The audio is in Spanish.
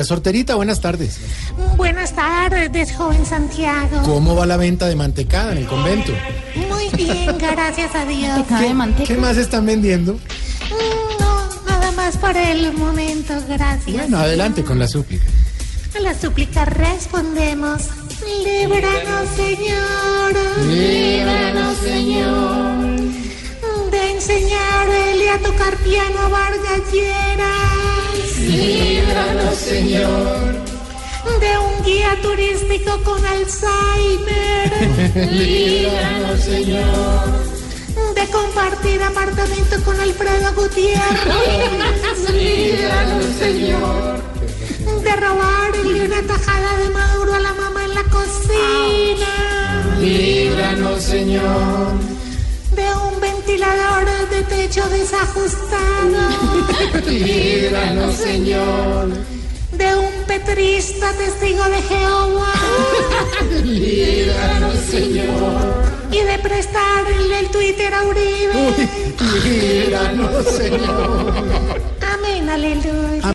Sorterita, buenas tardes. Buenas tardes, joven Santiago. ¿Cómo va la venta de mantecada en el convento? Muy bien, gracias a Dios. ¿Qué más están vendiendo? Mm, No, nada más por el momento, gracias. Bueno, adelante con la súplica. A la súplica respondemos. Líbranos, Señor. Líbranos, Señor. De enseñar el a tocar piano Vargas Lleras. Líbranos, Señor. De un guía turístico con Alzheimer. Líbranos, Señor. De compartir apartamento con Alfredo Gutiérrez. Líbranos, Señor de robarle una tajada de Maduro a la mamá en la cocina. Líbranos, Señor. De un ventilador de techo desajustado. Líbranos, Señor. De un petrista testigo de Jehová. Líbranos, Señor. Y de prestarle el Twitter a Uribe. Líbranos, Señor. Amén, aleluya.